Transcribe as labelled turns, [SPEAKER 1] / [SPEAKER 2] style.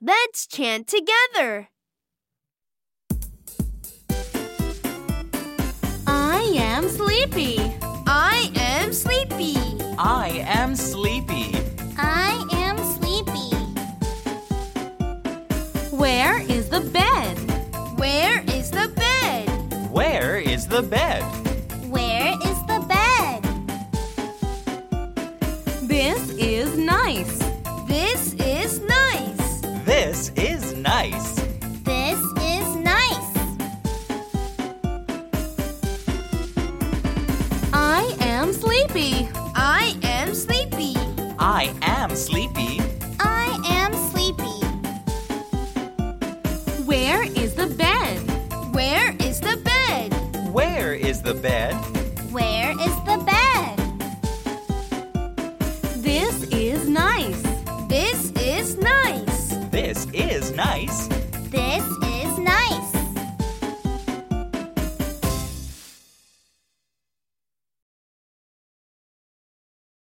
[SPEAKER 1] Let's chant together. I am sleepy. I am sleepy.
[SPEAKER 2] I am sleepy.
[SPEAKER 3] I am sleepy.
[SPEAKER 4] Where is the bed?
[SPEAKER 1] Where is the bed?
[SPEAKER 2] Where is the bed?
[SPEAKER 3] Where is the bed?
[SPEAKER 4] This is nice.
[SPEAKER 1] This is nice.
[SPEAKER 2] This is nice.
[SPEAKER 3] This is nice.
[SPEAKER 4] I am sleepy.
[SPEAKER 1] I am sleepy.
[SPEAKER 2] I am sleepy.
[SPEAKER 3] I am sleepy.
[SPEAKER 4] Where is the bed?
[SPEAKER 1] Where is the bed?
[SPEAKER 2] Where is the bed?
[SPEAKER 3] Where is